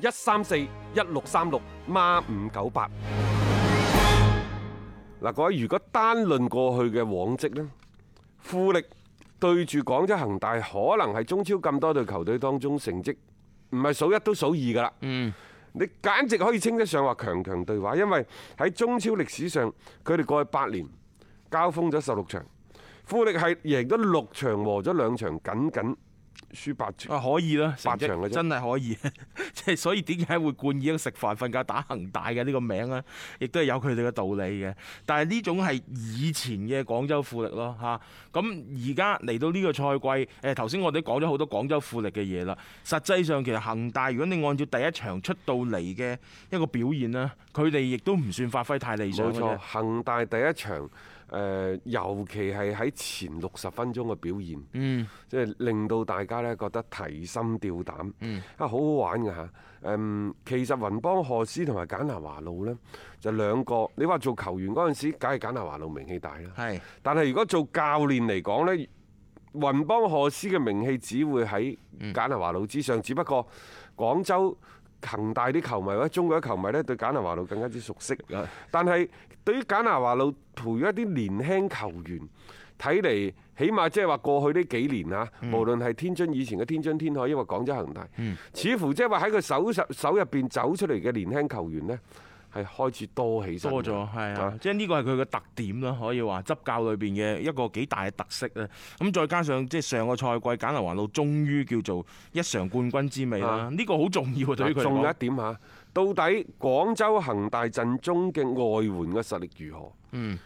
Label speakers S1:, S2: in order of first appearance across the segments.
S1: 一三四一六三六孖五九八。嗱，各位，如果單論過去嘅往績呢，富力對住廣州恒大，可能係中超咁多隊球隊當中成績唔係數一都數二噶啦。
S2: 嗯，
S1: 你簡直可以稱得上話強強對話，因為喺中超歷史上，佢哋過去八年交鋒咗十六場，富力係贏咗六場，和咗兩場，僅僅輸八場。
S2: 啊可以啦，成
S1: 八場嘅
S2: 績
S1: 啫
S2: 真係可以， 即係所以點解會冠以一個食飯瞓覺打恒大嘅呢個名呢？亦都係有佢哋嘅道理嘅。但係呢種係以前嘅廣州富力咯嚇，咁而家嚟到呢個賽季，誒頭先我哋都講咗好多廣州富力嘅嘢啦。實際上其實恒大如果你按照第一場出到嚟嘅一個表現啦，佢哋亦都唔算發揮太理想
S1: 冇
S2: 嘅
S1: 錯
S2: 啫，
S1: 恒大第一場誒、呃尤其係喺前六十分鐘嘅表現，
S2: 嗯，
S1: 即係令到大家咧覺得提心吊膽，
S2: 嗯
S1: 啊好好玩㗎嚇。嗯其實雲邦賀斯同埋簡拿華路呢，就兩個。你話做球員嗰陣時，梗係簡拿華路名氣大啦。
S2: 係
S1: 但係如果做教練嚟講呢，雲邦賀斯嘅名氣只會喺簡拿華路之上，只不過廣州。恒大啲球迷或者中國啲球迷呢，對簡拿華路更加之熟悉，但係對於簡拿華路培育一啲年輕球員，睇嚟起碼即係話過去呢幾年啊，無論係天津以前嘅天津天海，抑或廣州恒大，似乎即係話喺佢手手手入邊走出嚟嘅年輕球員呢，係開始多起身。
S2: 多咗，係啊
S1: 啊，
S2: 即係呢個係佢嘅特點啦，可以話執教裏邊嘅一個幾大嘅特色咧。咁再加上即係上個賽季簡拿華路終於叫做一嘗冠軍之味啦，
S1: 啊
S2: 呢個好重要啊對於佢嚟
S1: 仲有一
S2: 講。
S1: 點嚇，到底廣州恒大陣中嘅外援嘅實力如何？
S2: 嗯，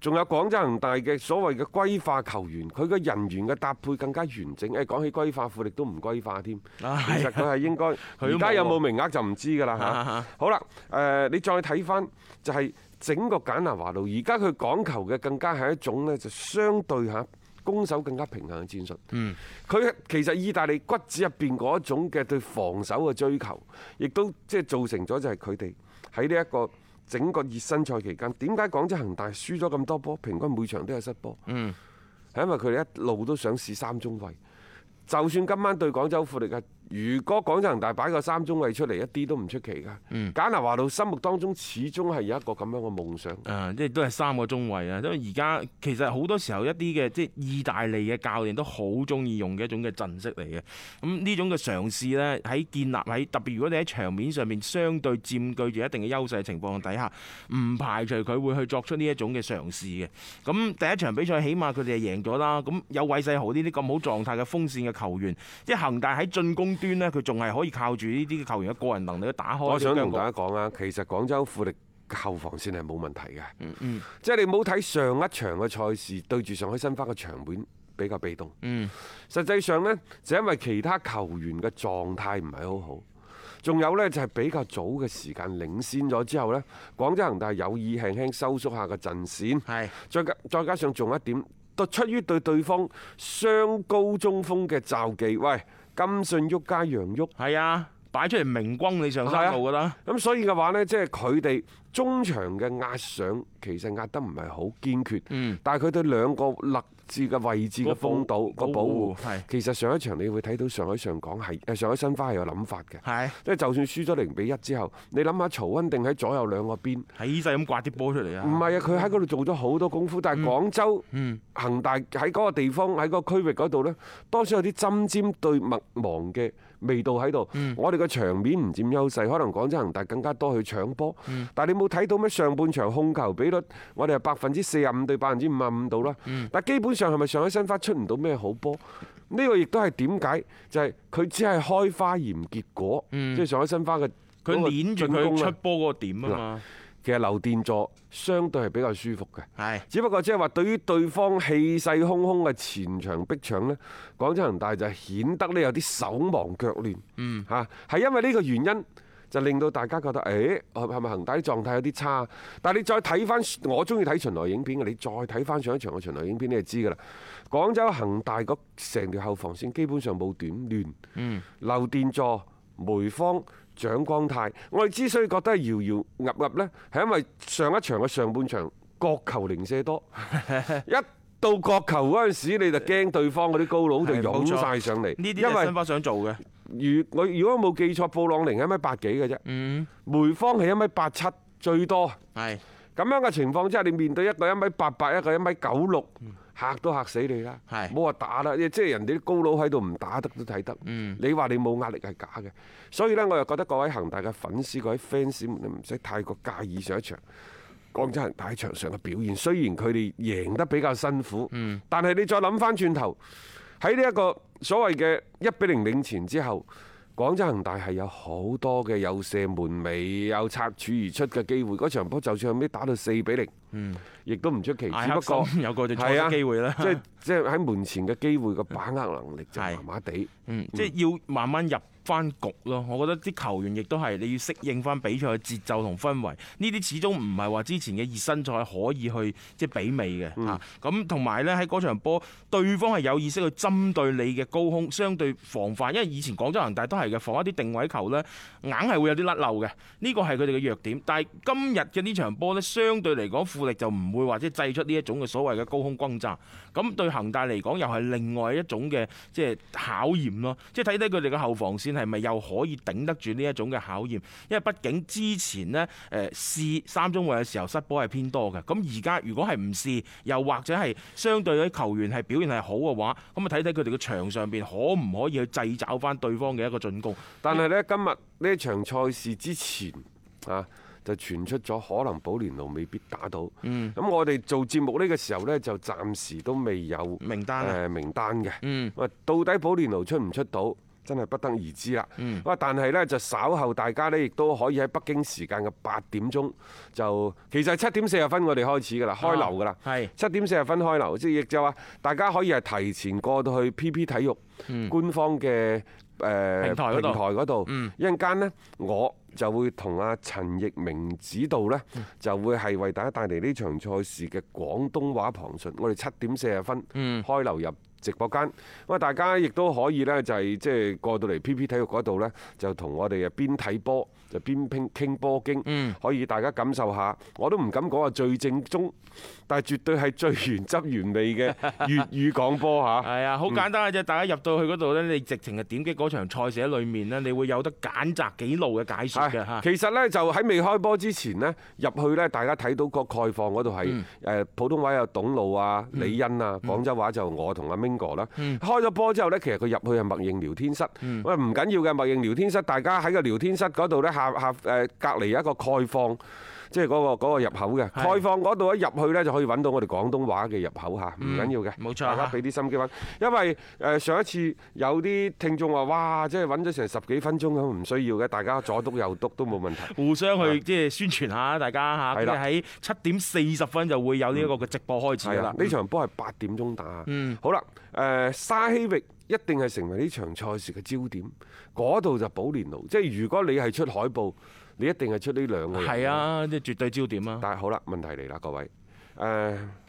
S1: 仲有廣州恒大嘅所謂嘅歸化球員，佢嘅人員嘅搭配更加完整。誒，講起歸化，富力都唔歸化添。
S2: 啊
S1: 其實佢係應 該，
S2: 都冇
S1: 而家有冇名額就唔知㗎啦
S2: 啊
S1: 嚇
S2: 啊。
S1: 好啦，誒，你再睇翻就係整個簡拿華路，而家佢講求嘅更加係一種呢，就相對嚇攻守更加平衡嘅戰術。
S2: 嗯，
S1: 佢其實意大利骨子入邊嗰一種嘅對防守嘅追求，亦都即係造成咗就係佢哋喺呢一個整個熱身賽期間，點解廣州恒大輸咗咁多波，平均每場都有失波？
S2: 嗯，
S1: 係因為佢哋一路都想試三中衞。就算今晚對廣州富力嘅，如果廣州恒大擺個三中衞出嚟，一啲都唔出奇㗎。
S2: 嗯
S1: 簡拿華路心目當中始終係有一個咁樣嘅夢想。
S2: 誒，啊即係都係三個中衞啊！因為而家其實好多時候一啲嘅即係意大利嘅教練都好中意用嘅一種嘅陣式嚟嘅。咁呢種嘅嘗試呢，喺建立喺特別如果你喺場面上面相對佔據住一定嘅優勢嘅情況底下，唔排除佢會去作出呢一種嘅嘗試嘅。咁第一場比賽起碼佢哋係贏咗啦。咁有韋世豪呢啲咁好狀態嘅鋒線嘅球員，即係恒大喺進攻端呢，佢仲係可以靠住呢啲嘅球員嘅個人能力去打開
S1: 我
S2: 呢個
S1: 想
S2: 僵
S1: 同
S2: 局
S1: 大家講啊，其實廣州富力後防線係冇問題嘅。
S2: 嗯嗯
S1: 即係你冇睇上一場嘅賽事對住上海申花嘅場面比較被動，
S2: 嗯
S1: 實際上呢，就因為其他球員嘅狀態唔係好好，仲有呢，就係比較早嘅時間領先咗之後呢，廣州恒大有意輕輕收縮下個陣線，
S2: 係
S1: 再加再加上仲有一點，都出於對對方雙高中鋒嘅罩忌，喂，金信旭加楊旭。
S2: 係啊，擺出嚟明光你上
S1: 啊
S2: 山路噶啦，
S1: 咁所以嘅話呢，即係佢哋中場嘅壓上其實壓得唔係好堅決，
S2: 嗯
S1: 但係佢對兩個立志嘅位置嘅封堵個保護，
S2: 係
S1: 其實上一場你會睇到上海上港係誒上海申花係有諗法嘅，
S2: 係
S1: 即係就算輸咗零比一之後，你諗下曹恩定喺左右兩個邊，
S2: 起勢咁刮啲波出嚟
S1: 唔
S2: 啊！
S1: 係啊，佢喺嗰度做咗好多功夫，但係廣州
S2: 嗯
S1: 恒大喺嗰個地方喺嗰個區域嗰度呢，多少有啲針尖對麥芒嘅味道喺度。
S2: 嗯
S1: 我哋個場面唔佔優勢，可能廣州恒大更加多去搶波。
S2: 嗯
S1: 但係你冇睇到咩？上半場控球比率，我哋係百分之四十五對百分之五十五度啦。
S2: 嗯
S1: 但基本上係咪上海申花出唔到咩好波？呢個亦都係點解就係佢只係開花而唔結果，即係上海申花嘅
S2: 嗯佢
S1: 嗰個
S2: 攆住
S1: 進攻
S2: 佢
S1: 啊
S2: 出波嗰個點啊嘛，
S1: 其實劉殿座相對係比較舒服嘅。
S2: 係
S1: 只不過即係話對於對方氣勢洶洶嘅前場逼搶呢，廣州恒大就顯得呢有啲手忙腳亂。嗯，嚇係因為呢個原因，就令到大家覺得誒係咪恒大啲狀態有啲差？但係你再睇翻，我中意睇巡邏影片嘅，你再睇翻上一場嘅巡邏影片，你就知㗎啦。廣州恒大嗰成條後防線基本上冇短亂，
S2: 嗯，
S1: 劉殿座、梅方。蔣光泰，我哋之所以覺得係搖搖噏噏呢，係因為上一場嘅上半場角球零舍 多，一到角球嗰陣時，你就驚對方嗰啲高佬就
S2: 係冇
S1: 湧
S2: 錯
S1: 晒上嚟，
S2: 呢啲
S1: 因
S2: 就係
S1: 為
S2: 申花想做嘅，
S1: 如我如果冇記錯，布朗寧係一米八幾嘅啫，
S2: 嗯，
S1: 梅方係一米八七最多。
S2: 係
S1: 咁樣嘅情況之下，你面對一個一米八八，一個一米九六，嚇都嚇死你啦！
S2: 嗯係
S1: 冇話打啦，即係人哋啲高佬喺度唔打得都睇得。
S2: 嗯
S1: 你話你冇壓力係假嘅，所以呢，我又覺得各位恒大嘅粉絲、各位 fans 們唔使太過介意上一場廣州恒大喺場上嘅表現。雖然佢哋贏得比較辛苦，
S2: 嗯
S1: 但係你再諗翻轉頭喺呢一個所謂嘅一比零領前之後。廣州恒大係有好多嘅有射門尾、有插柱而出嘅機會，嗰場波就算後尾打到四比零，亦都唔出奇。
S2: 艾
S1: 只不
S2: 克
S1: 過
S2: 森有個就錯
S1: 係啊
S2: 失機會啦，
S1: 即係即係喺門前嘅機會嘅把握能力就麻麻地。
S2: 嗯，即係要慢慢入翻局咯。我覺得啲球員亦都係你要適應翻比賽嘅節奏同氛圍，呢啲始終唔係話之前嘅熱身賽可以去即係媲美嘅嚇。咁同埋呢，喺嗰場波，對方係有意識去針對你嘅高空相對防範，因為以前廣州恒大都係嘅，防一啲定位球呢，硬係會有啲甩漏嘅，呢個係佢哋嘅弱點。但係今日嘅呢場波呢，相對嚟講富力就唔會話即係製出呢一種嘅所謂嘅高空轟炸。咁對恒大嚟講又係另外一種嘅即係考驗咯，即係睇睇佢哋嘅後防線係咪又可以頂得住呢一種嘅考驗，因為畢竟之前呢，誒試三中衛嘅時候失波係偏多嘅，咁而家如果係唔試，又或者係相對啲球員係表現係好嘅話，咁啊睇睇佢哋嘅場上邊可唔可以去制找翻對方嘅一個進攻，
S1: 但係呢，今日呢一場賽事之前啊，就傳出咗可能保連奴未必打到。咁、
S2: 嗯
S1: 我哋做節目呢個時候呢，就暫時都未有誒、
S2: 名單啊，
S1: 名單嘅。
S2: 嗯
S1: 喂，到底保連奴出唔出到？真係不得而知啦。
S2: 嗯
S1: 哇！但係呢，就稍後大家呢亦都可以喺北京時間嘅八點鐘，就其實係七點四十分我哋開始㗎啦，開
S2: 啊
S1: 流㗎啦。啊
S2: 係
S1: 七點四十分開流，即係亦就話大家可以係提前過到去 PP 體育
S2: 嗯
S1: 官方嘅誒
S2: 平台嗰度
S1: 平台嗰度
S2: 嗯，
S1: 一陣間呢，我就會同阿陳奕明指導呢，
S2: 嗯
S1: 就會係為大家帶嚟呢場賽事嘅廣東話旁述。我哋七點四十分
S2: 嗯
S1: 開流入。直播間，咁啊大家亦都可以呢，就係即係過到嚟 PP 體育嗰度呢，就同我哋啊邊睇波就邊傾傾波經，
S2: 嗯
S1: 可以大家感受下。我都唔敢講話最正宗，但係絕對係最原汁原味嘅粵語講波 嚇。
S2: 係啊，好簡單嘅啫。大家入到去嗰度咧，你直情係點擊嗰場賽事喺裏面咧，你會有得揀擇幾路嘅解說嘅嚇。
S1: 其實呢，就喺未開波之前呢，入去呢，大家睇到個概況嗰度
S2: 嗯
S1: 係誒普通話有董路啊、李欣啊，廣州話就我同阿 Mingo 啦。
S2: 嗯
S1: 開咗波之後呢，其實佢入去係默認聊天室，喂唔緊要嘅默認聊天室，大家喺個聊天室嗰度呢，下下誒隔離有一個概況。即係嗰個嗰個入口嘅
S2: 係
S1: 概況嗰度一入去呢，就可以揾到我哋廣東話嘅入口嚇，唔
S2: 嗯
S1: 緊要嘅，
S2: 冇錯啊
S1: 大家
S2: 嚇
S1: 俾啲心機揾，因為誒上一次有啲聽眾話哇，即係揾咗成十幾分鐘咁，唔需要嘅，大家左督右督都冇問題。
S2: 互相去即係宣傳下大家嚇。
S1: 啊係
S2: 佢
S1: 啦
S2: 哋喺七點四十分就會有呢一個嘅直播開始
S1: 係
S2: 㗎
S1: 啦
S2: 啦，。
S1: 呢場波係八點鐘打。
S2: 嗯
S1: 好啦，誒沙希域一定係成為呢場賽事嘅焦點，嗰度就保連奴，即係如果你係出海報，你一嗯定係出呢兩個人。
S2: 係，啊，即係絕對焦點啊。
S1: 但係好啦，問題嚟啦，各位，誒、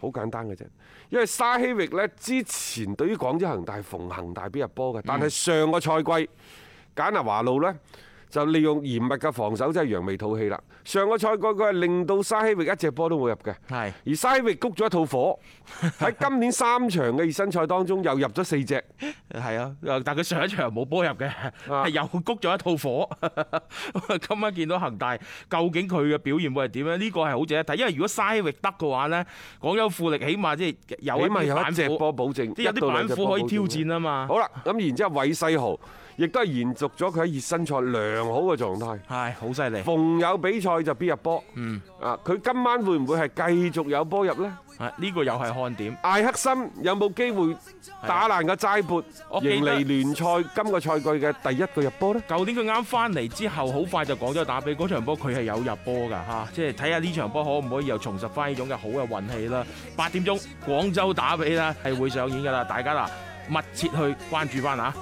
S1: 好簡單嘅啫，因為沙希域呢之前對於廣州恒大係逢恒大必入波
S2: 嗯
S1: 嘅，但係上個賽季簡拿華路呢。就利用嚴密嘅防守真係揚眉吐氣啦！上個賽季佢係令到沙希域一隻波都冇入嘅，
S2: 係
S1: 而沙希域谷咗一套 火，喺今年三場嘅熱身賽當中又入咗四隻，
S2: 係啊，但係佢上一場冇波入嘅，
S1: 啊
S2: 係 又谷咗一套火。 今晚見到恒大，究竟佢嘅表現會係點咧？呢個係好值得睇，因為如果沙域得嘅話咧，廣州富力起碼即係有
S1: 起
S2: 一
S1: 碼
S2: 啲
S1: 有
S2: 板
S1: 一隻
S2: 斧，
S1: 波保證，
S2: 即係有
S1: 一到兩
S2: 啲板
S1: 隻
S2: 斧
S1: 波
S2: 可以
S1: 保證
S2: 挑戰啊嘛。
S1: 好啦，咁然之後韋世豪亦都係延續咗佢喺熱身賽良好嘅狀態。
S2: 係好犀利，
S1: 逢有比賽就必入波。
S2: 嗯，
S1: 啊，佢今晚會唔會係繼續有波入呢？
S2: 啊呢個又係看點。
S1: 艾克森有冇機會打爛個齋撥
S2: 我，記
S1: 迎
S2: 得
S1: 嚟聯賽今個賽季嘅第一個入波呢？
S2: 舊年佢啱翻嚟之後，好快就廣州打比嗰場波，佢係有入波㗎嚇，啊即係睇下呢場波可唔可以又重拾翻呢種嘅好嘅運氣啦。八點鐘廣州打比啦，係會上演㗎啦，大家嗱密切去關注翻啊！